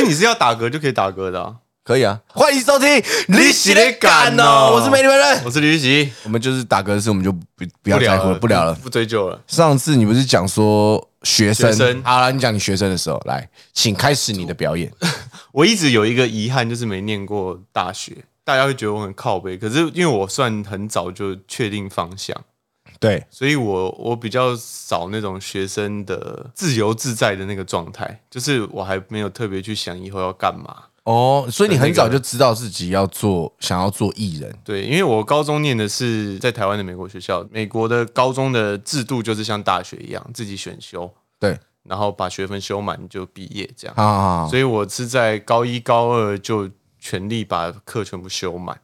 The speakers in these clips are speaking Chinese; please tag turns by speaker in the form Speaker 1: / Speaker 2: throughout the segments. Speaker 1: 以你是要打嗝就可以打嗝的啊、
Speaker 2: 可以啊，欢迎收听《你喜的感》
Speaker 1: 哦
Speaker 2: 哦，我是美女本人。
Speaker 1: 我是李玉玺，
Speaker 2: 我们就是打嗝的事，我们就不不要在乎了，不聊了。
Speaker 1: 不追究了。
Speaker 2: 上次你不是讲说学生？
Speaker 1: 学生
Speaker 2: 好了，你讲你学生的时候，来，请开始你的表演。
Speaker 1: 我一直有一个遗憾，就是没念过大学，大家会觉得我很靠背。可是因为我算很早就确定方向，
Speaker 2: 对，
Speaker 1: 所以我我比较少那种学生的自由自在的那个状态，就是我还没有特别去想以后要干嘛。
Speaker 2: 哦，所以你很早就知道自己要做，想要做艺 人。
Speaker 1: 对，因为我高中念的是在台湾的美国学校，美国的高中的制度就是像大学一样，自己选修，
Speaker 2: 对，
Speaker 1: 然后把学分修满你就毕业这样。
Speaker 2: 好好好，
Speaker 1: 所以我是在高一、高二就全力把课全部修满。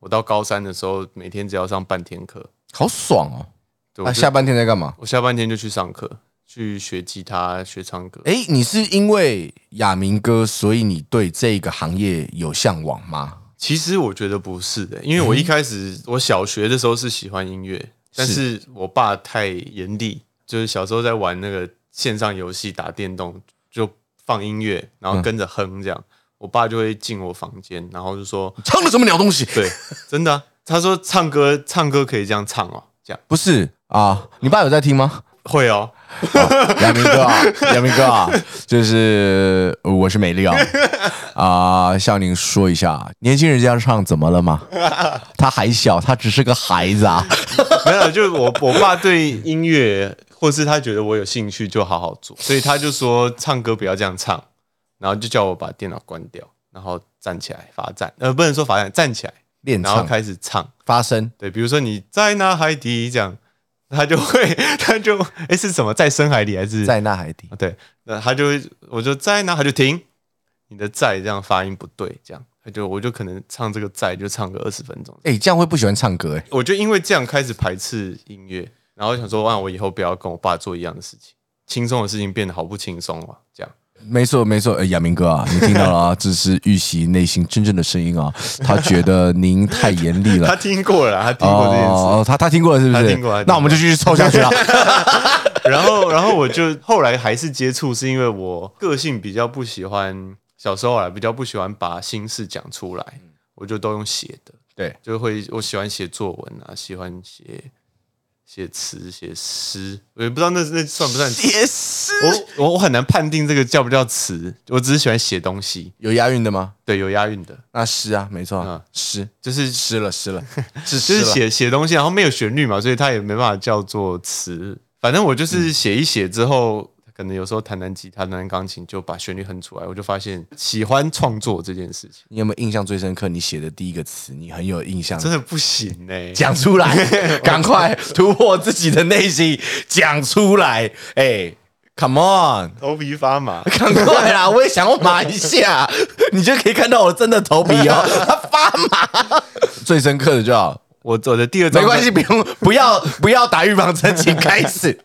Speaker 1: 我到高三的时候，每天只要上半天课。
Speaker 2: 好爽哦。
Speaker 1: 对，
Speaker 2: 那
Speaker 1: 我就
Speaker 2: 下半天在干嘛？
Speaker 1: 我下半天就去上课，去学吉他、学唱歌。
Speaker 2: 哎，你是因为亚明哥，所以你对这个行业有向往吗？
Speaker 1: 其实我觉得不是的、因为我一开始、我小学的时候是喜欢音乐，但是我爸太严厉，就是小时候在玩那个线上游戏、打电动，就放音乐，然后跟着哼这样。我爸就会进我房间，然后就说
Speaker 2: 唱的什么鸟东西？：“
Speaker 1: 对，真的啊、他说唱歌唱歌可以这样唱哦，这样
Speaker 2: 不是啊，你爸有在听吗？
Speaker 1: 会哦。
Speaker 2: 亚明哥啊，亚明哥啊，就是呃我是美丽啊啊、向您说一下，年轻人这样唱怎么了吗？他还小，他只是个孩子啊。
Speaker 1: 没有，就是我我爸对音乐，或是他觉得我有兴趣，就好好做，所以他就说唱歌不要这样唱，然后就叫我把电脑关掉，然后站起来罚站，呃，不能说罚站，站起来，
Speaker 2: 练
Speaker 1: 然后
Speaker 2: 嗯唱
Speaker 1: 开始唱。
Speaker 2: 发声，
Speaker 1: 对，比如说你在那海底这样，他就会，他就哎是什么在深海里还是
Speaker 2: 在那海底
Speaker 1: 啊，对，那他就会，我就在那，他就停，你的在这样发音不对，这样他就我就可能唱这个在就唱个二十分钟，
Speaker 2: 哎、这样会不喜欢唱歌哎、
Speaker 1: 我就因为这样开始排斥音乐，然后想说，啊，我以后不要跟我爸做一样的事情，轻松的事情变得好不轻松了，这样。
Speaker 2: 没错，没错，呃，亚明哥啊，你听到了啊，这是玉玺内心真正的声音啊，他觉得您太严厉了
Speaker 1: 他。听过了啦，他听过这件事，
Speaker 2: 哦，他他听过了是不是？
Speaker 1: 他听过他听过
Speaker 2: 那我们就继续凑下去了。
Speaker 1: 然后，然后我就后来还是接触，是因为我个性比较不喜欢，小时候啊比较不喜欢把心事讲出来，我就都用写的，
Speaker 2: 对，
Speaker 1: 就会我喜欢写作文啊，喜欢写写词、写诗，我也不知道那那算不算词，
Speaker 2: 也是
Speaker 1: 我我我很难判定这个叫不叫词，我只是喜欢写东西，
Speaker 2: 有押韵的吗？
Speaker 1: 对，有押韵的。
Speaker 2: 那诗啊，没错
Speaker 1: 嗯
Speaker 2: 啊，诗
Speaker 1: 就是
Speaker 2: 湿了，湿了，
Speaker 1: 就
Speaker 2: 是湿
Speaker 1: 是
Speaker 2: 了。
Speaker 1: 写写东西，然后没有旋律嘛，所以它也没办法叫做词。反正我就是写一写之后，可能有时候弹弹吉他、弹弹钢琴，就把旋律哼出来。我就发现喜欢创作这件事情
Speaker 2: 你有没有印象最深刻？你写的第一个词，你很有印象，
Speaker 1: 真的不行欸呢、
Speaker 2: 讲出来，赶快突破自己的内心，讲出来。哎、c o m e on，
Speaker 1: 头皮发麻。
Speaker 2: 赶快啦！我也想要麻一下，你就可以看到我真的头皮哦，它发麻。最深刻的就好，
Speaker 1: 我我的第二张
Speaker 2: 没关系，，不用，不要，不要打预防针，请开始。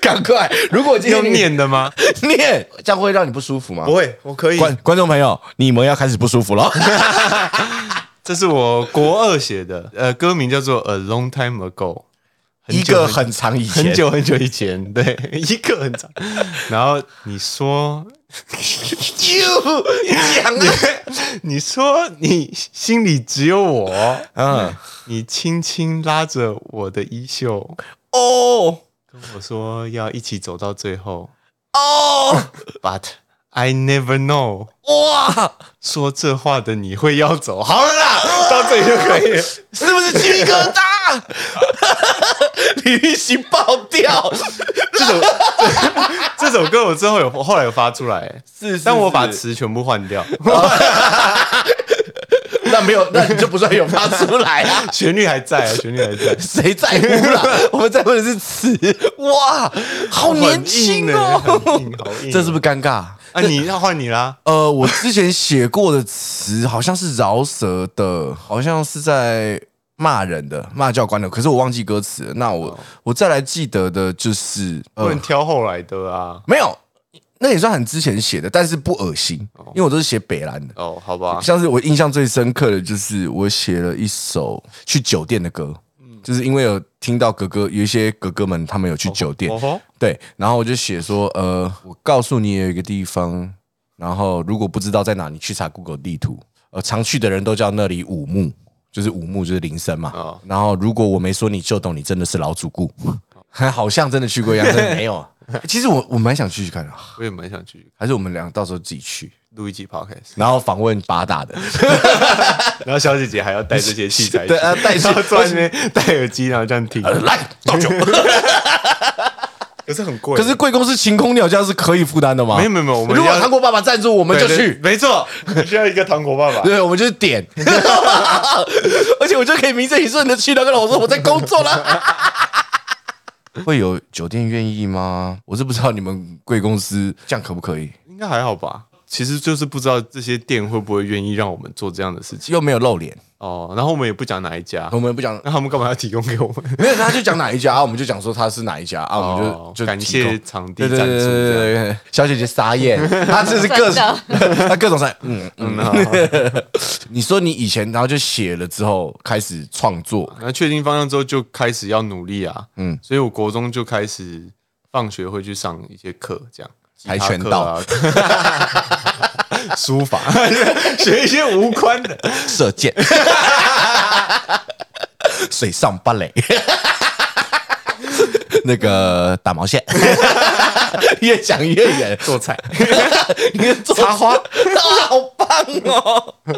Speaker 2: 赶快！如果今天
Speaker 1: 用
Speaker 2: 你
Speaker 1: 念的 吗？
Speaker 2: 念，这样会让你不舒服吗？
Speaker 1: 会，我可以
Speaker 2: 观观众朋友，你们要开始不舒服了。
Speaker 1: 这是我国二写的，呃，歌名叫做《A Long Time Ago》，
Speaker 2: 一个很长以前，
Speaker 1: 很久很久以前，对， 一个很长。然后你说
Speaker 2: 就讲啊，
Speaker 1: 你说你心里只有我，
Speaker 2: 嗯，
Speaker 1: 你轻轻拉着我的衣袖，
Speaker 2: 哦
Speaker 1: 跟我说要一起走到最后。
Speaker 2: 哦，
Speaker 1: But I never know，
Speaker 2: 哇，
Speaker 1: 说这话的你会要走。好了啦，到这里就可以了。
Speaker 2: 是不是鸡皮疙瘩？ 李玉玺爆掉，
Speaker 1: 这首这首歌我之后有后来有发出来，
Speaker 2: 是
Speaker 1: 但我把词全部换掉，
Speaker 2: 那没有，那你就不算有发出来啊。
Speaker 1: 旋律还在啊，旋律还在。
Speaker 2: 谁在乎啦？ 我们在乎的是词，哇，好年轻
Speaker 1: 很
Speaker 2: 哦！
Speaker 1: 硬欸很硬好硬哦
Speaker 2: 这是不是尴尬？
Speaker 1: 啊？你要换你啦，
Speaker 2: 呃，我之前写过的词好像是饶舌的，好像是在骂人的，骂教官的，可是我忘记歌词了。那我、我再来记得的就是，
Speaker 1: 不
Speaker 2: 呃
Speaker 1: 能，挑后来的啊。
Speaker 2: 没有，那也算很之前写的，但是不恶心，因为我都是写北兰的。
Speaker 1: 哦，好吧，
Speaker 2: 像是我印象最深刻的就是我写了一首去酒店的歌，
Speaker 1: 嗯
Speaker 2: 就是因为有听到哥哥有一些哥哥们他们有去酒店，
Speaker 1: 哦吼，
Speaker 2: 对，然后我就写说，呃，我告诉你有一个地方，然后如果不知道在哪，你去查 Google 地图。呃，常去的人都叫那里五木，就是五木就是林森嘛。
Speaker 1: 哦
Speaker 2: 然后如果我没说你就懂，你真的是老主 顾，好像真的去过一样，真的 没有啊。其实我我蛮想去去看的，
Speaker 1: 我也蛮想去
Speaker 2: 还是我们俩到时候自己去，
Speaker 1: 录一集 podcast，
Speaker 2: 然后访问八大的。
Speaker 1: 然后小姐姐还要带这些器材去，
Speaker 2: 对啊带 去
Speaker 1: 然后坐在那边戴耳机，然后这样 听，
Speaker 2: 来倒酒，
Speaker 1: 可是很贵。
Speaker 2: 可是贵公司晴空鸟家是可以负担的吗？
Speaker 1: 没有没有没有我们
Speaker 2: 如果
Speaker 1: 要
Speaker 2: 韩国爸爸赞助，我们
Speaker 1: 对
Speaker 2: 就
Speaker 1: 对
Speaker 2: 去。
Speaker 1: 没 错，你需要一个糖果爸爸。
Speaker 2: 对，我们就是 点，而且我就可以名正言顺的去那个老师，我在工作啦。 会有酒店愿意吗？我是不知道你们贵公司这样可不可以，
Speaker 1: 应该还好吧？其实就是不知道这些店会不会愿意让我们做这样的事情
Speaker 2: 又没有露脸，
Speaker 1: 哦。然后我们也不讲哪一家，
Speaker 2: 我们不讲，
Speaker 1: 那他们干嘛要提供给我们？
Speaker 2: 没有他就讲哪一家，啊我们就讲说他是哪一家啊，我们 就、
Speaker 1: 哦
Speaker 2: 就
Speaker 1: 感
Speaker 2: 提供
Speaker 1: 谢场地
Speaker 2: 对
Speaker 1: 赞助
Speaker 2: 对对对对
Speaker 1: 这样。
Speaker 2: 对对，小姐姐傻眼，她这是各
Speaker 3: 真的
Speaker 2: 她各种傻眼，嗯嗯。你说你以前然后就写了之后开始创作，
Speaker 1: 那确定方向之后，就开始要努力啊。嗯，所以我国中就开始放学会去上一些课，这样
Speaker 2: 跆拳道、
Speaker 1: 吉他课 啊书法，学一些无关的。
Speaker 2: 射箭，水上芭蕾，那个打毛线，越讲越远，
Speaker 1: 做菜，
Speaker 2: 你看插花，啊，好棒哦！ 嗯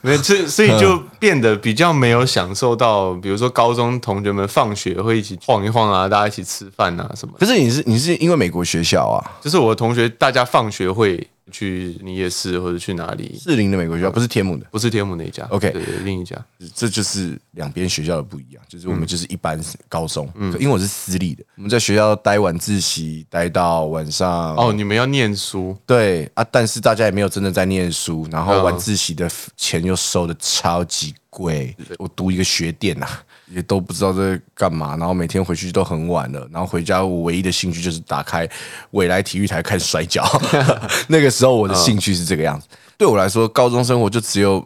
Speaker 1: 没有，所以所以就变得比较没有享受到，比如说高中同学们放学会一起晃一晃啊，大家一起吃饭啊什么的。
Speaker 2: 可是你是你是因为美国学校啊，
Speaker 1: 就是我的同学，大家放学会去你夜市或者去哪里，
Speaker 2: 士林的美国学校不是天母的，
Speaker 1: 不是天母那一家
Speaker 2: OK
Speaker 1: 对，另一家。
Speaker 2: 这就是两边学校的不一样，就是我们就是一般高中，可因为我是私立的，我们在学校待晚自习，待到晚上
Speaker 1: 哦，你们要念书，
Speaker 2: 对啊，但是大家也没有真的在念书，然后
Speaker 1: 嗯
Speaker 2: 晚自习的钱又收的超级贵。我读一个学店呐、啊，也都不知道在干嘛，然后每天回去都很晚了，然后回家我唯一的兴趣就是打开未来体育台看摔 跤。那个时候我的兴趣是这个样子。
Speaker 1: 嗯
Speaker 2: 对我来说，高中生活就只有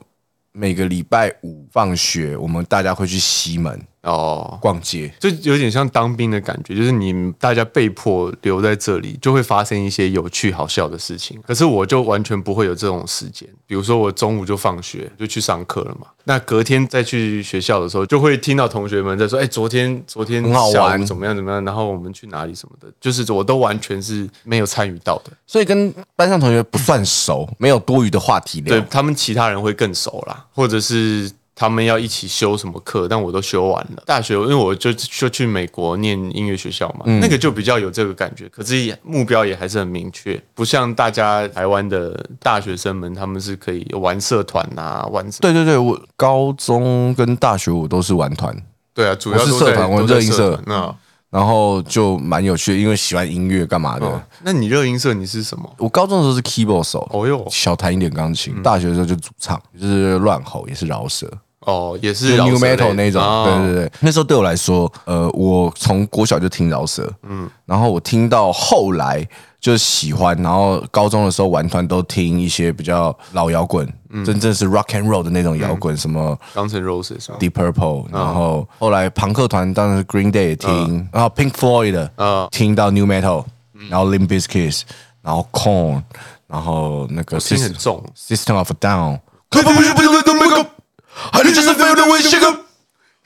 Speaker 2: 每个礼拜五放学，我们大家会去西门
Speaker 1: 哦，
Speaker 2: 逛街。
Speaker 1: 就有点像当兵的感觉，就是你大家被迫留在这里，就会发生一些有趣好笑的事情。可是我就完全不会有这种时间，比如说我中午就放学就去上课了嘛，那隔天再去学校的时候，就会听到同学们在说：“哎、昨天昨天
Speaker 2: 很好
Speaker 1: 下午
Speaker 2: 玩
Speaker 1: 怎么样怎么样？”然后我们去哪里什么的，就是我都完全是没有参与到的。
Speaker 2: 所以跟班上同学不算熟，没有多余的话题聊
Speaker 1: 对。他们其他人会更熟啦，或者是他们要一起修什么课，但我都修完了。大学因为我就就去美国念音乐学校嘛，
Speaker 2: 嗯
Speaker 1: 那个就比较有这个感觉，可是也目标也还是很明确，不像大家台湾的大学生们，他们是可以玩社团啊，玩什么
Speaker 2: 对对对，我高中跟大学我都是玩团，
Speaker 1: 对啊，主要
Speaker 2: 我是
Speaker 1: 都在
Speaker 2: 社团我
Speaker 1: 都在
Speaker 2: 热音社
Speaker 1: 团嗯那
Speaker 2: 然后就蛮有趣的，因为喜欢音乐干嘛的。
Speaker 1: 哦，那你热音社你是什么？
Speaker 2: 我高中的时候是 keyboard 手，
Speaker 1: 哦嗯哟，
Speaker 2: 小弹一点钢琴；大学的时候就主唱，就是乱吼，也是饶舌，
Speaker 1: 哦，也
Speaker 2: 就是new
Speaker 1: 饶舌类
Speaker 2: metal 那种。
Speaker 1: 哦
Speaker 2: 对对对，那时候对我来说，呃，我从国小就听饶舌，嗯，然后我听到后来就喜欢，然后高中的时候玩团都听一些比较老摇滚，
Speaker 1: 嗯
Speaker 2: 真正是 rock and roll 的那种摇滚，什么。
Speaker 1: 刚成 Roses 啊
Speaker 2: Deep Purple，然后后来朋克团当然是 Green Day 也听，然后 Pink Floyd 的
Speaker 1: 嗯，
Speaker 2: 听到 New Metal，然后 Limp Bizkit，然后 Corn，然后那个
Speaker 1: 听很
Speaker 2: System
Speaker 1: 重，
Speaker 2: System of a Down，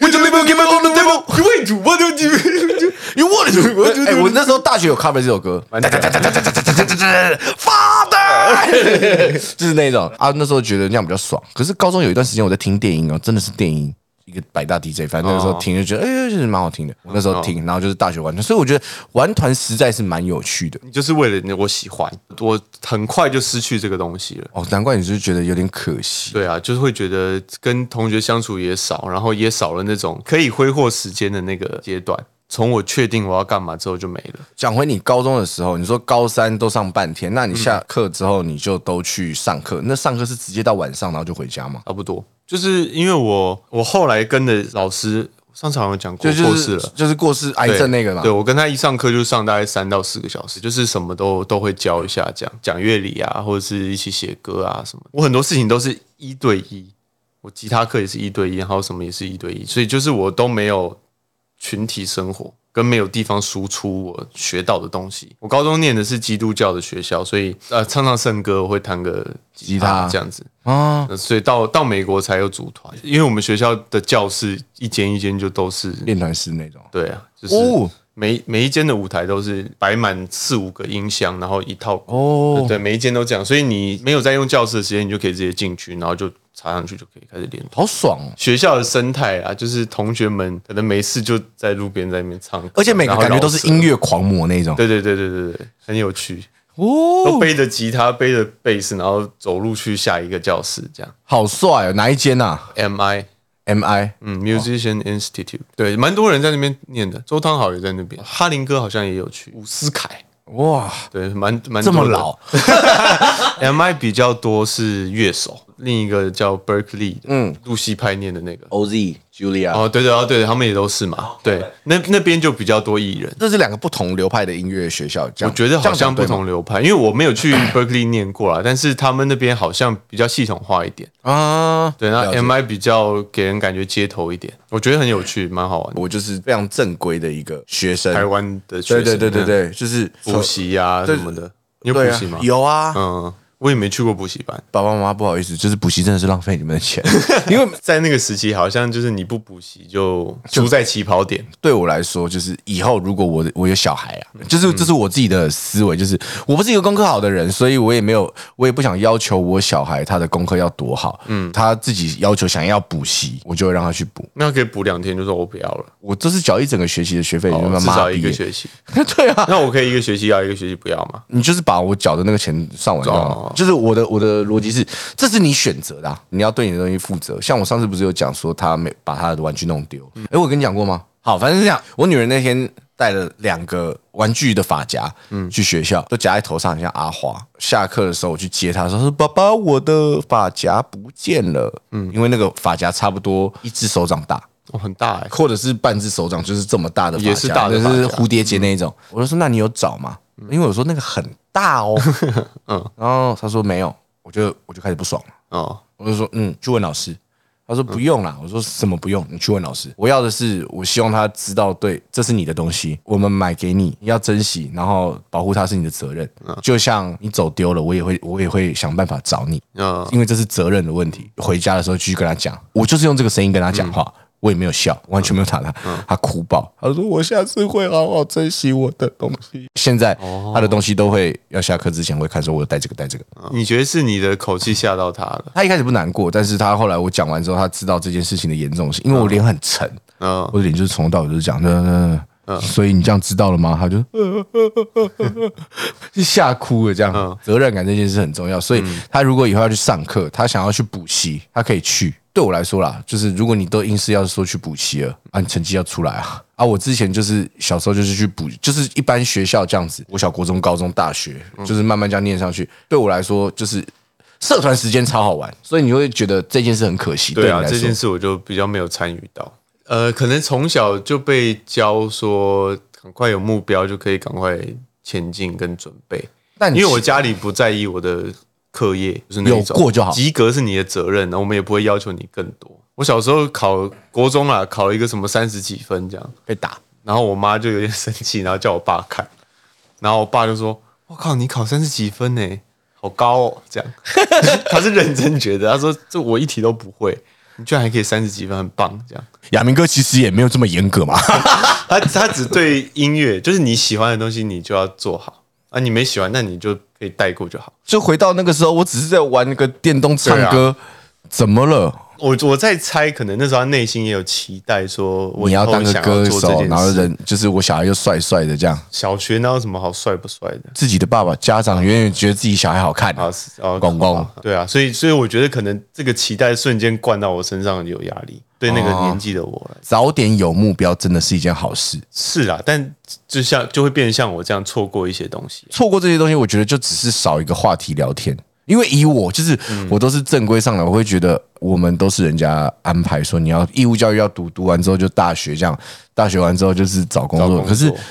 Speaker 1: You wait, what do you?
Speaker 2: 因为我哎，我那时候大学有 cover 这首歌，Father，就是那种啊，那时候觉得那样比较爽。可是高中有一段时间我在听电音哦，真的是电音。一个百大 DJ，反正那时候听就觉得，哎、就是蛮好听的。我那时候听，然后就是大学玩团，所以我觉得玩团实在是蛮有趣的。
Speaker 1: 你就是为了你，我喜欢，我很快就失去这个东西了。
Speaker 2: 哦，难怪你是觉得有点可惜。
Speaker 1: 对啊，就是会觉得跟同学相处也少，然后也少了那种可以挥霍时间的那个阶段。从我确定我要干嘛之后就没了。
Speaker 2: 讲回你高中的时候，你说高三都上半天，那你
Speaker 1: 嗯
Speaker 2: 下课之后你就都去上课，那上课是直接到晚上然后就回家吗？
Speaker 1: 差不多，就是因为我我后来跟着老师，上次好像讲过
Speaker 2: 就
Speaker 1: 过
Speaker 2: 就
Speaker 1: 世
Speaker 2: 是
Speaker 1: 了。
Speaker 2: 就是过世癌
Speaker 1: 对
Speaker 2: 症那个嘛
Speaker 1: 对，我跟他一上课就上大概三到四个小时，就是什么都都会教一下，讲讲乐理啊，或者是一起写歌啊什么。我很多事情都是一对一，我吉他课也是一对一，然后什么也是一对一，所以就是我都没有群体生活。跟没有地方输出我学到的东西。我高中念的是基督教的学校，所以呃，唱唱圣歌，我会弹个吉
Speaker 2: 吉他
Speaker 1: 他这样子。
Speaker 2: 啊，
Speaker 1: 呃所以到到美国才有组团，因为我们学校的教室一间一间就都是，
Speaker 2: 练团式那种。
Speaker 1: 对啊，就是
Speaker 2: 哦
Speaker 1: 每每一间的舞台都是摆满四五个音箱，然后一套
Speaker 2: 哦，
Speaker 1: 对，每一间都这样，所以你没有在用教室的时间，你就可以直接进去，然后就插上去就可以开始练。
Speaker 2: 好爽哦！
Speaker 1: 学校的生态啊，就是同学们可能没事就在路边在那边唱歌，
Speaker 2: 而且每个
Speaker 1: 然后
Speaker 2: 感觉都是
Speaker 1: 饶舌
Speaker 2: 音乐狂魔那种。
Speaker 1: 对对对对对对，很有趣。都
Speaker 2: 哦，
Speaker 1: 背着吉他，背着贝斯，然后走路去下一个教室，这样。
Speaker 2: 好帅哦！哪一间呐
Speaker 1: M I，
Speaker 2: m I
Speaker 1: 嗯，Musician Institute，对，蛮多人在那边念的。周汤豪也在那边，哈林哥好像也有去，伍思凯，
Speaker 2: 哇，
Speaker 1: 对，蛮蛮
Speaker 2: 这
Speaker 1: 多
Speaker 2: 么
Speaker 1: 的
Speaker 2: 老，
Speaker 1: M I 比较多是乐手，另一个叫 Berkeley，嗯，露西派念的那个。
Speaker 2: OZ Julia，
Speaker 1: 哦，对对哦，对，他们也都是
Speaker 2: 哦
Speaker 1: 嘛。对，那那边就比较多艺人。
Speaker 2: 这是两个不同流派的音乐学校。我
Speaker 1: 我觉得好像不同流派，因为我没有 去 Berkeley 念过啦，但是他们那边好像比较系统化一点。
Speaker 2: 啊。
Speaker 1: 对，那
Speaker 2: 了解
Speaker 1: M I 比较给人感觉街头一点，我觉得很有趣，蛮好玩的。
Speaker 2: 我就是非常正规的一个学生。
Speaker 1: 台湾的学
Speaker 2: 对
Speaker 1: 生
Speaker 2: 对对对对，就是
Speaker 1: 补习啊什么的，你有补
Speaker 2: 对
Speaker 1: 习
Speaker 2: 啊
Speaker 1: 吗，？
Speaker 2: 有啊，
Speaker 1: 嗯，我也没去过补习班。
Speaker 2: 爸爸妈妈不好意思，就是补习真的是浪费你们的钱。
Speaker 1: 因为在那个时期，好像就是你不补习就输在起跑点。
Speaker 2: 对我来说，就是以后如果我我有小孩啊，
Speaker 1: 嗯
Speaker 2: 就是这是我自己的思维，就是我不是一个功课好的人，所以我也没有，我也不想要求我小孩他的功课要多好，嗯，他自己要求想要补习，我就会让他去补。
Speaker 1: 那可以补两天，就说我不要了，
Speaker 2: 我这是缴一整个学期的学费，你就
Speaker 1: 哦
Speaker 2: 慢
Speaker 1: 至
Speaker 2: 慢
Speaker 1: 少一
Speaker 2: 毕
Speaker 1: 个
Speaker 2: 业。
Speaker 1: 学期。
Speaker 2: 对啊，
Speaker 1: 那我可以一个学期要，一个学期不要吗？
Speaker 2: 你就是把我缴的那个钱算完就好
Speaker 1: 哦
Speaker 2: 了。就是我的我的逻辑是，这是你选择的啊、你要对你的东西负责。像我上次不是有讲说他没把他的玩具弄丢，诶，我跟你讲过吗？好，反正是这样。我女儿那天带了两个玩具的发夹，嗯，去学校都夹在头上，很像阿花。下课的时候我去接她，说：“爸爸，我的发夹不见了。”嗯，因为那个发夹差不多一只手掌大。
Speaker 1: 哦，很大哎、
Speaker 2: 或者是半只手掌，就是这么大的发夹，
Speaker 1: 也是大的发夹嗯
Speaker 2: 就是蝴蝶结那一种。我就说那你有找吗？因为我说那个很 大哦，嗯，然后他说没有，我就我就开始不爽了，
Speaker 1: 哦，
Speaker 2: 我就说嗯，去问老师。他说不
Speaker 1: 嗯
Speaker 2: 用啦，我说什么不用？你去问老师。我要的是，我希望他知道，对，这是你的东西，我们买给你，你要珍惜，然后保护它是你的责任。
Speaker 1: 嗯
Speaker 2: 就像你走丢了，我也会，我也会想办法找你。
Speaker 1: 嗯，
Speaker 2: 因为这是责任的问题。回家的时候继续跟他讲，我就是用这个声音跟他讲话，我也没有笑，完全没有打他，他哭爆，他说我下次会好好珍惜我的东西。现在、他的东西都会要下课之前会看，说我有带这个带这个。
Speaker 1: 嗯你觉得是你的口气吓到他了？
Speaker 2: 他一开始不难过，但是他后来我讲完之后，他知道这件事情的严重性，因为我脸很沉，
Speaker 1: 嗯，
Speaker 2: 我的脸就是从头到尾都是讲的。所以你这样知道了吗？ 他就呃呃呃呃呃就吓哭了，这样、
Speaker 1: 嗯
Speaker 2: 责任感这件事很重要。所以他如果以后要去上课，他想要去补习，他可以去。对我来说啦，就是如果你都硬是要说去补习了啊，你成绩要出来啊啊！我之前就是小时候就是去补，就是一般学校这样子，我小国中、高中、大学，
Speaker 1: 嗯
Speaker 2: 就是慢慢这样念上去。对我来说，就是社团时间超好玩，所以你会觉得这件事很可惜。
Speaker 1: 对啊，
Speaker 2: 你来
Speaker 1: 这
Speaker 2: 说
Speaker 1: 件事我就比较没有参与到。呃，可能从小就被教说，赶快有目标就可以赶快前进跟准备。
Speaker 2: 但你
Speaker 1: 因为我家里不在意我的课业，就是那
Speaker 2: 有
Speaker 1: 种
Speaker 2: 过就好
Speaker 1: 及格是你的责任，我们也不会要求你更多。我小时候考国中啊，考了一个什么三十几分这样，
Speaker 2: 被打，
Speaker 1: 然后我妈就有点生气，然后叫我爸看，然后我爸就说：“我靠，你考三十几分呢，好高哦！”这样， 他是认真觉得，他说：“这我一题都不会，你居然还可以三十几分，很棒！”这样，
Speaker 2: 亚明哥其实也没有这么严格嘛。
Speaker 1: 他他只对音乐，就是你喜欢的东西，你就要做好啊，你没喜欢，那你就可以带过就好。
Speaker 2: 就回到那个时候，我只是在玩那个电动唱歌，怎么了？
Speaker 1: 我我在猜，可能那时候他内心也有期待，说我
Speaker 2: 你
Speaker 1: 以
Speaker 2: 要
Speaker 1: 后
Speaker 2: 当个
Speaker 1: 想
Speaker 2: 歌
Speaker 1: 做这
Speaker 2: 手，
Speaker 1: 件
Speaker 2: 然后
Speaker 1: 事。
Speaker 2: 人就是我小孩又帅帅的这样，
Speaker 1: 小学哪有什么好帅不帅的？
Speaker 2: 自己的爸爸家长远远觉得自己小孩好看、
Speaker 1: 啊，是哦，
Speaker 2: 公公
Speaker 1: 好对啊，所以所以我觉得可能这个期待瞬间灌到我身上有压力，对那个
Speaker 2: 哦
Speaker 1: 年纪的我来
Speaker 2: 早点有目标真的是一件好事。
Speaker 1: 是啦，但就像就会变成像我这样错过一些东西。啊
Speaker 2: 错过这些东西，我觉得就只是少一个话题聊天。因为以我就是我都是正规上来，我会觉得我们都是人家安排说你要义务教育要读，读完之后就大学这样，大学完之后就是找工
Speaker 1: 找
Speaker 2: 作。
Speaker 1: 工作
Speaker 2: 可是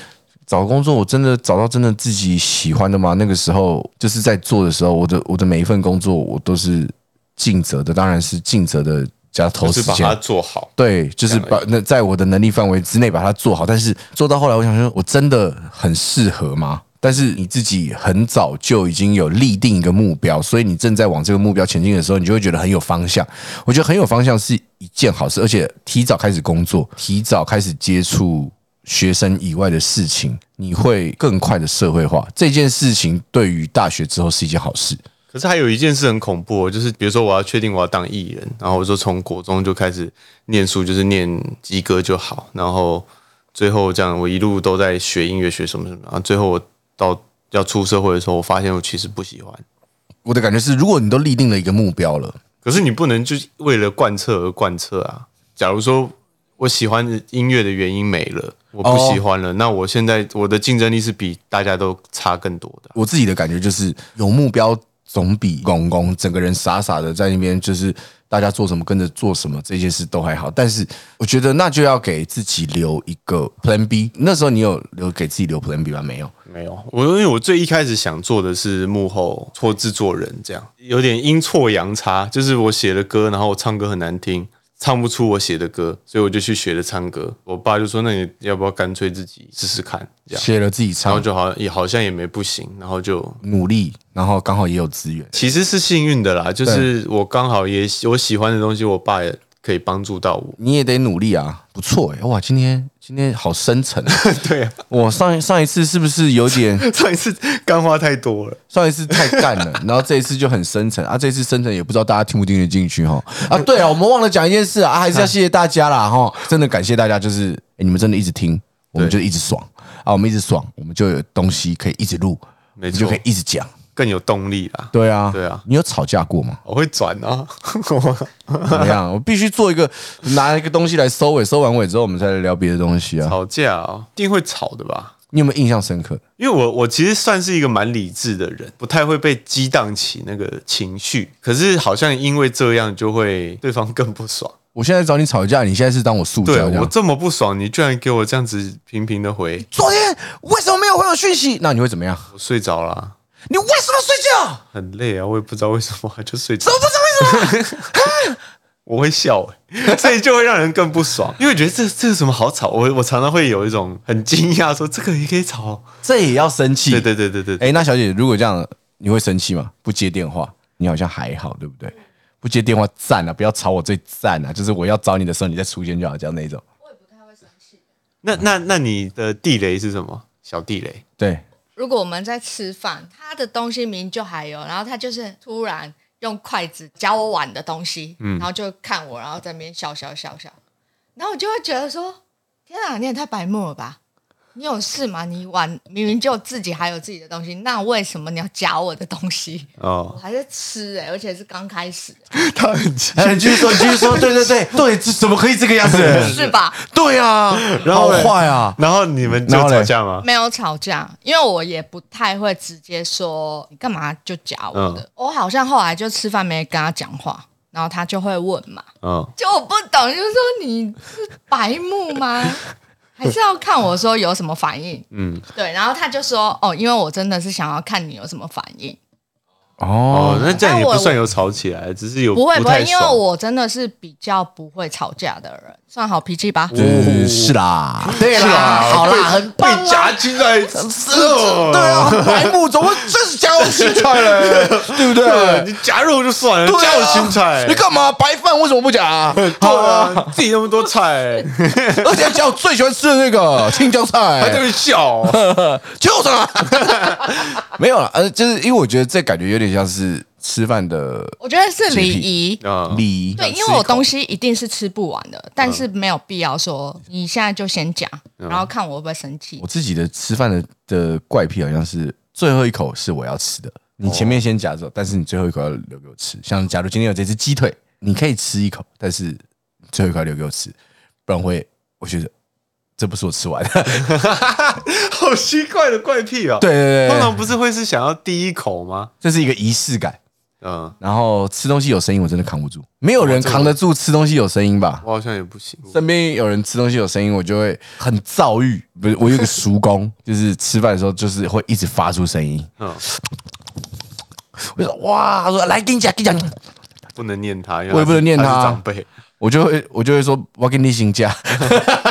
Speaker 2: 找工作，我真的找到真的自己喜欢的吗？那个时候就是在做的时候，我的我的每一份工作我都是尽责的，当然是尽责的加投
Speaker 1: 就是
Speaker 2: 时
Speaker 1: 把
Speaker 2: 间
Speaker 1: 它，做好。
Speaker 2: 对，就是把那在我的能力范围之内把它做好，但是做到后来，我想说，我真的很适合吗？但是你自己很早就已经有立定一个目标，所以你正在往这个目标前进的时候，你就会觉得很有方向。我觉得很有方向是一件好事，而且提早开始工作，提早开始接触学生以外的事情，你会更快的社会化。这件事情对于大学之后是一件好事。
Speaker 1: 可是还有一件事很恐怖、哦，就是比如说我要确定我要当艺人，然后我就从国中就开始念书，就是念及格就好，然后最后这样我一路都在学音乐，学什么什么，然后最后我到要出社会的时候，我发现我其实不喜欢。
Speaker 2: 我的感觉是，如果你都立定了一个目标了，
Speaker 1: 可是你不能就是为了贯彻而贯彻啊！假如说我喜欢的音乐的原因没了，我不喜欢了，那我现在我的竞争力是比大家都差更多的啊。
Speaker 2: 我自己的感觉就是有目标总比公公整个人傻傻的在那边就是大家做什么跟着做什么这件事都还好，但是我觉得那就要给自己留一个 Plan B。那时候你有留给自己留 Plan B 吗？没有。
Speaker 1: 没有，我因为我最一开始想做的是幕后或制作人，这样有点阴错阳差，就是我写了歌，然后我唱歌很难听，唱不出我写的歌，所以我就去学了唱歌。我爸就说：“那你要不要干脆自己试试看？”这样，
Speaker 2: 写了自己
Speaker 1: 然后
Speaker 2: 唱，
Speaker 1: 就好像也好像也没不行，然后就
Speaker 2: 努力，然后刚好也有资源，
Speaker 1: 其实是幸运的啦，就是我刚好也喜我喜欢的东西，我爸也可以帮助到我。
Speaker 2: 你也得努力啊，不错哎、哇，今天今天好深沉、啊，
Speaker 1: 对啊，
Speaker 2: 我上一上一次是不是有点
Speaker 1: 上一次干话太多了，
Speaker 2: 上一次太干 了，然后这一次就很深沉啊，这一次深沉也不知道大家听不听得进去哈啊，对啊，我们忘了讲一件事啊，啊还是
Speaker 1: 嗯
Speaker 2: 要谢谢大家啦哈，真的感谢大家，就是、诶你们真的一直听，我们就一直爽啊，我们一直爽，我们就有东西可以一直录，
Speaker 1: 没
Speaker 2: 你
Speaker 1: 错
Speaker 2: 就可，以一直讲，
Speaker 1: 更有动力啦。
Speaker 2: 对啊，
Speaker 1: 对啊
Speaker 2: 你有吵架过吗？
Speaker 1: 我会转啊，
Speaker 2: 怎么样？我必须做一个拿一个东西来收尾，收完尾之后我们再来聊别的东西啊。
Speaker 1: 吵架哦，一定会吵的吧？
Speaker 2: 你有没有印象深刻？
Speaker 1: 因为我我其实算是一个蛮理智的人，不太会被激荡起那个情绪。可是好像因为这样，就会对方更不爽。
Speaker 2: 我现在找你吵架，你现在是当我塑胶
Speaker 1: 对 啊
Speaker 2: 这样
Speaker 1: 我这么不爽，你居然给我这样子平平的回，
Speaker 2: 昨天为什么没有回我讯息？那你会怎么样？
Speaker 1: 我睡着啦，
Speaker 2: 你为什么睡觉？
Speaker 1: 很累啊，我也不知道为什么就睡着
Speaker 2: 怎。么不知道为什么？
Speaker 1: 我会笑、欸，所以就会让人更不爽，因为我觉得这这有什么好吵？我我常常会有一种很惊讶，说这个也可以吵。
Speaker 2: 这也要生气？
Speaker 1: 对。对对对对，
Speaker 2: 哎、那小姐，如果这样，你会生气吗？不接电话，你好像还好，对不对？不接电话赞啊，不要吵我最赞啊！就是我要找你的时候，你再出现就好，这样那一种。
Speaker 3: 我也不太会生气。
Speaker 1: 那那那你的地雷是什么？小地雷，
Speaker 2: 对，
Speaker 3: 如果我们在吃饭，他的东西明明就还有，然后他就是突然用筷子夹我碗的东西，
Speaker 2: 嗯
Speaker 3: 然后就看我，然后在那边笑笑笑笑，然后我就会觉得说：天啊，你也太白目了吧！你有事吗？你碗明明就自己还有自己的东西，那为什么你要夹我的东西？我
Speaker 1: 哦，
Speaker 3: 还在吃哎、而且是刚开始，
Speaker 1: 他很气。
Speaker 2: 哎，你继续说，你继续说，对对 对对，这怎么可以这个样子？
Speaker 3: 是吧？
Speaker 2: 对啊，
Speaker 1: 然后嘞
Speaker 2: 好坏啊！
Speaker 1: 然后你们就
Speaker 2: 然后嘞
Speaker 1: 吵架吗？
Speaker 3: 没有吵架，因为我也不太会直接说你干嘛就夹我的。我好像后来就吃饭没跟他讲话，然后他就会问嘛，
Speaker 1: 嗯，
Speaker 3: 就我不懂，就是说你是白目吗？还是要看我说有什么反应？
Speaker 1: 嗯
Speaker 3: 嗯，对，然后他就说哦，因为我真的是想要看你有什么反应，
Speaker 1: 哦
Speaker 2: 哦，，
Speaker 1: 那这样也
Speaker 3: 但我
Speaker 1: 不算有吵起来，只是有
Speaker 3: 不会不
Speaker 1: 太
Speaker 3: 会，因为
Speaker 1: 爽。
Speaker 3: 我真的是比较不会吵架的人，算好脾气吧。
Speaker 2: 就是是啦，对啦，好啦，很棒
Speaker 1: 被
Speaker 2: 啊。
Speaker 1: 夹进来，
Speaker 2: 对啊，白目怎么就是加我青菜嘞？ 对不对啊
Speaker 1: 对，？你夹肉就算了，
Speaker 2: 对啊
Speaker 1: 夹我青菜
Speaker 2: 你，干嘛？白饭为什么不夹、 啊？
Speaker 1: 对啊，自己那么多菜，
Speaker 2: 而且还夹我最喜欢吃的那 个青椒
Speaker 1: 还在那
Speaker 2: 菜，
Speaker 1: 边笑，
Speaker 2: 就是啊。 没有了，呃，就是因为我觉得这感觉有点像是吃饭的
Speaker 3: 我觉得是礼仪，
Speaker 1: 嗯，
Speaker 2: 礼仪。
Speaker 3: 对，因为我东西一定是吃不完的，但是没有必要说你现在就先讲，然后看我会不会生气
Speaker 2: 我。自己的吃饭的的怪癖好像是最后一口是我要吃的，你前面先夹着，但是你最后一口要留给我吃。像假如今天有这只鸡腿，你可以吃一口，但是最后一口要留给我吃，不然会我觉得这不是我吃完的。
Speaker 1: 好奇怪的怪癖哦。
Speaker 2: 对对对
Speaker 1: 通
Speaker 2: 对，
Speaker 1: 常不是会是想要第一口吗？
Speaker 2: 这是一个仪式感。
Speaker 1: 嗯，
Speaker 2: 然后吃东西有声音，我真的扛不住，没有人扛得住吃东西有声音吧？
Speaker 1: 我好像也不行。
Speaker 2: 身边有人吃东西有声音，我就会很躁郁。不是，我有个叔公，就是吃饭的时候就是会一直发出声音。
Speaker 1: 嗯，
Speaker 2: 我就说哇，他说来给你讲，给你讲，
Speaker 1: 不能念他，因为
Speaker 2: 我也不能念
Speaker 1: 他
Speaker 2: 他
Speaker 1: 是长辈。
Speaker 2: 我就会我就会说我给你请假，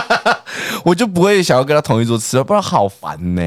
Speaker 2: 我就不会想要跟他同一桌吃，不然好烦呢、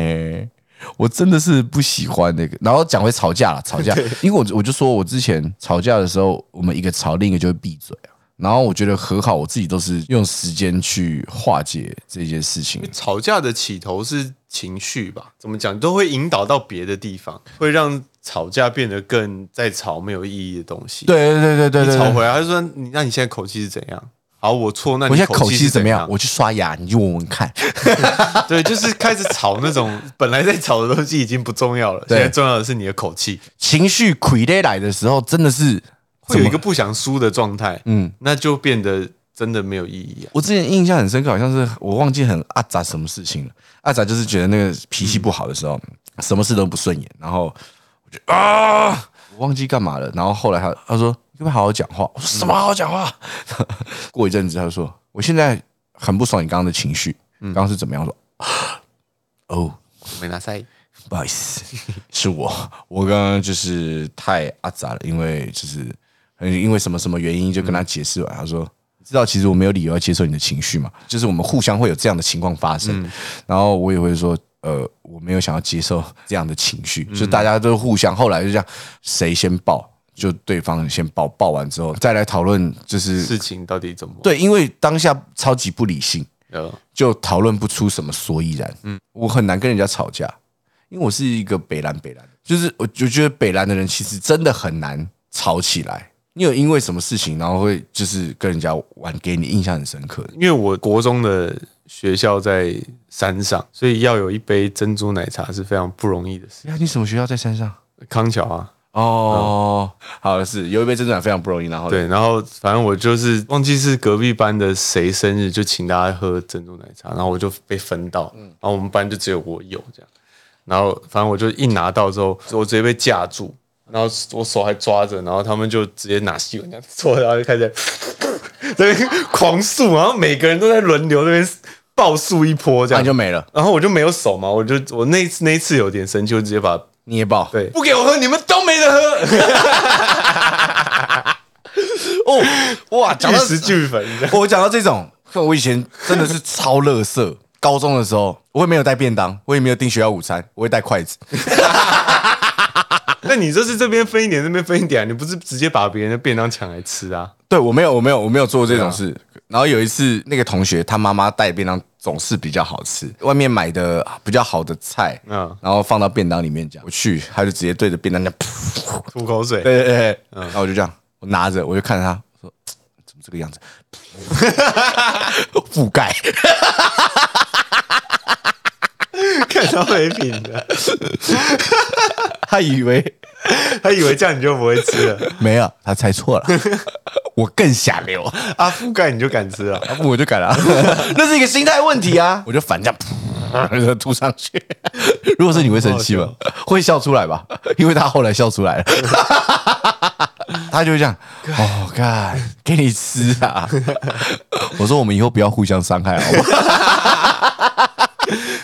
Speaker 2: 我真的是不喜欢那个。然后讲回吵架了，吵架，因为我我就说我之前吵架的时候，我们一个吵，另一个就会闭嘴啊。然后我觉得和好，我自己都是用时间去化解这件事情。
Speaker 1: 吵架的起头是情绪吧？怎么讲都会引导到别的地方，会让吵架变得更在吵没有意义的东西。，
Speaker 2: 对对对对对
Speaker 1: 你
Speaker 2: 对
Speaker 1: 吵
Speaker 2: 对。
Speaker 1: 回来，他就说你那你现在口气是怎样？好，我错，那你
Speaker 2: 我现在口
Speaker 1: 气
Speaker 2: 气
Speaker 1: 是
Speaker 2: 是怎么样？
Speaker 1: 样？
Speaker 2: 我去刷牙，你就闻闻看。
Speaker 1: 对，就是开始吵那种 本来在吵的东西已经不重要了，现
Speaker 2: 对
Speaker 1: 在重要的是你的口气。
Speaker 2: 情绪溃累来的时候，真的是
Speaker 1: 会有一个不想输的状态，
Speaker 2: 嗯，
Speaker 1: 那就变得真的没有意义啊。
Speaker 2: 我之前印象很深刻，好像是我忘记很阿杂什么事情了。阿杂就是觉得那个脾气不好的时候，什么事都不顺眼，然后我就啊，我忘记干嘛了。然后后来他他说你可不可以好好讲话？我说什么好好讲话？ 过一阵子他说我现在很不爽你刚刚的情绪，刚刚是怎么样？我说 哦，
Speaker 1: 没拿赛，
Speaker 2: 不好意思， 是我，我刚刚就是太阿杂了，因为就是呃因为什么什么原因就跟他解释完，他说。知道其实我没有理由要接受你的情绪嘛，就是我们互相会有这样的情况发生，然后我也会说，呃，我没有想要接受这样的情绪，就大家都互相后来就这样，谁先爆就对方先爆，爆完之后再来讨论，就是
Speaker 1: 事情到底怎么？
Speaker 2: 对，因为当下超级不理性，
Speaker 1: 呃，
Speaker 2: 就讨论不出什么所以然。嗯，我很难跟人家吵架，因为我是一个北蓝北蓝，就是我就觉得北蓝的人其实真的很难吵起来。你有因为什么事情，然后会就是跟人家玩，给你印象很深刻的？
Speaker 1: 因为我国中的学校在山上，所以要有一杯珍珠奶茶是非常不容易的事。
Speaker 2: 哎呀，你什么学校在山上？
Speaker 1: 康桥啊，
Speaker 2: 哦，好是有一杯珍珠奶非常不容易，然后
Speaker 1: 对，然后反正我就是忘记是隔壁班的谁生日，就请大家喝珍珠奶茶，然后我就被分到，然后我们班就只有我有这样，然后反正我就一拿到之后，我直接被架住，然后我手还抓着，然后他们就直接拿吸管这样戳，然后就开始在那 边狂诉，然后每个人都在轮流那边暴诉一波这
Speaker 2: 那你啊就
Speaker 1: 样。
Speaker 2: 没了，
Speaker 1: 然后我就没有手嘛，我就我那一次那一次有点生气，我直接把
Speaker 2: 捏爆。
Speaker 1: 对不给我喝，你们都没得喝，
Speaker 2: 哦，哇，讲
Speaker 1: 玉
Speaker 2: 到
Speaker 1: 石俱焚这样。
Speaker 2: 我讲到这种，看我以前真的是超乐色。高中的时候，我也没有带便当，我也没有订学校午餐，我会带筷子。
Speaker 1: 那你这是这边分一点，那边分一点啊，你不是直接把别人的便当抢来吃啊？
Speaker 2: 对我没有，我没有，我没有做过这种事。然后有一次，那个同学他妈妈带的便当总是比较好吃，外面买的比较好的菜，
Speaker 1: 嗯
Speaker 2: 然后放到便当里面讲。我去，他就直接对着便当讲，噗
Speaker 1: 吐口水，
Speaker 2: 对对对对，然后我就这样，我拿着，我就看着他，我说嘖怎么这个样子， 覆盖。
Speaker 1: 看到没品的，
Speaker 2: 他以为
Speaker 1: 他以为这样你就不会吃了
Speaker 2: 没有，他猜错了， 我更下流。
Speaker 1: 啊，覆盖你就敢吃了。
Speaker 2: 啊不我就改了啊、 那是一个心态问题啊！ 我就反这样噗 吐上去。如果是你会生气吗？会笑出来吧？因为他后来笑出来了， 他就会这样。哦，干，给你吃啊！我说我们以后不要互相伤害，好不好？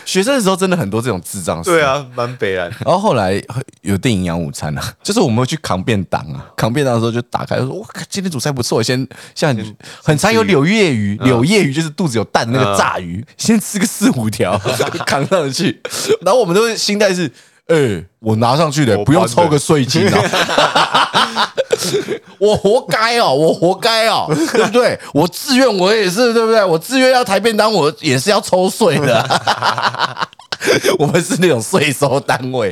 Speaker 2: 学生的时候真的很多这种智障事。
Speaker 1: 对。啊，蛮北然。
Speaker 2: 然后后来有订营养午餐啊， 就是我们会去扛便当啊，扛便当的时候就打开就说，哇，今天煮菜不错，先像很很常有柳叶鱼，嗯柳叶鱼就是肚子有蛋的那个炸鱼，先吃个四五条 扛上去，然后我们都会心态是。哎、我拿上去的，
Speaker 1: 我
Speaker 2: 不用
Speaker 1: 搬的
Speaker 2: 抽个税金啊！ 我活该哦，我活该哦，对不对？我自愿，我也是，对不对？我自愿要抬便当，我也是要抽税的啊、 我们是那种税收单位。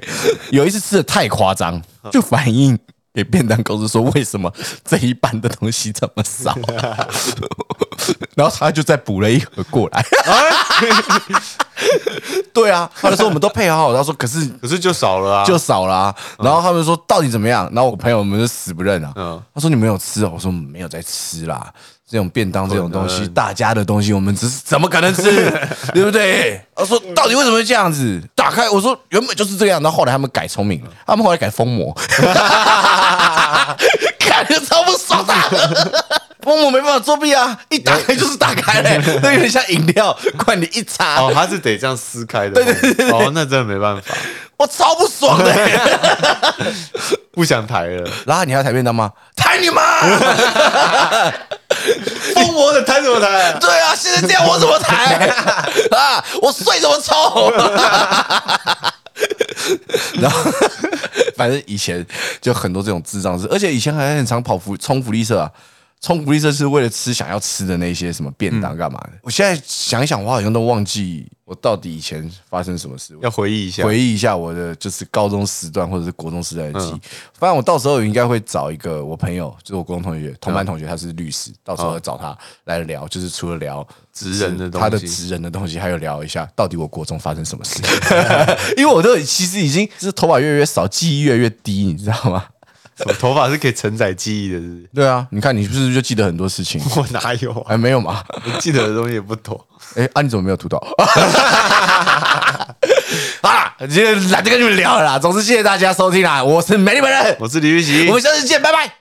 Speaker 2: 有一次吃的太夸张，就反映给便当公司说，为什么这一半的东西这么少、 然后他就再补了一盒过来。哎 对啊，他就说我们都配好好，他说可是
Speaker 1: 可是就少了啊，
Speaker 2: 就少啦、然后他们说到底怎么样？然后我朋友们就死不认啊。
Speaker 1: 嗯
Speaker 2: 他说你们有吃哦，我说没有在吃啦。这种便
Speaker 1: 哦
Speaker 2: 当这种东
Speaker 1: 不可
Speaker 2: 西，
Speaker 1: 能
Speaker 2: 大家的东西，我们只是怎么可能 吃，对不对？他说到底为什么会这样子？打开我说原本就是这样，然后后来他们改聪明了，
Speaker 1: 嗯
Speaker 2: 他们后来改疯魔， 看着超不 爽的。疯魔没办法作弊啊，一打开就是打开嘞、那有点像饮料罐，你一插，
Speaker 1: 嗯哦，他是得这样撕开的。对对对哦，那真的没办法，
Speaker 2: 我超不爽的、
Speaker 1: 不想抬了。
Speaker 2: 然后你还要抬便当吗？抬打你妈！
Speaker 1: 疯魔的谈什么谈？
Speaker 2: 对啊，现在这样我怎么 抬啊？我睡怎么抽？ 然后， 反正以前就很多这种智障事，而且以前还很常跑福冲福利社啊，冲福利社是为了吃想要吃的那些什么便当干嘛的。我现在想一想，我好像都忘记我到底以前发生什么事。
Speaker 1: 要回忆一下，
Speaker 2: 回忆一下我的就是高中时段或者是国中时代的记忆。反正我到时候应该会找一个我朋友，就是我国中同学、同班同学，他是律师，到时候找他来聊，就是除了聊
Speaker 1: 职人的东西
Speaker 2: 他的职人的东西，还有聊一下到底我国中发生什么 事。因为我都其实已经就是头发越来越少，记忆越来越低，你知道吗？
Speaker 1: 什么头发是可以承载记忆的是不是
Speaker 2: 对啊，你看你是不是就记得很多事 情？
Speaker 1: 我哪有啊？
Speaker 2: 哎，没有嘛？
Speaker 1: 我记得的东西也不多。
Speaker 2: 哎，啊，你怎么没有吐 到？啊，今天懒得跟你们聊了啦。总之，谢谢大家收听啦，我是美丽本人，
Speaker 1: 我是李玉玺，
Speaker 2: 我们下次见，拜拜。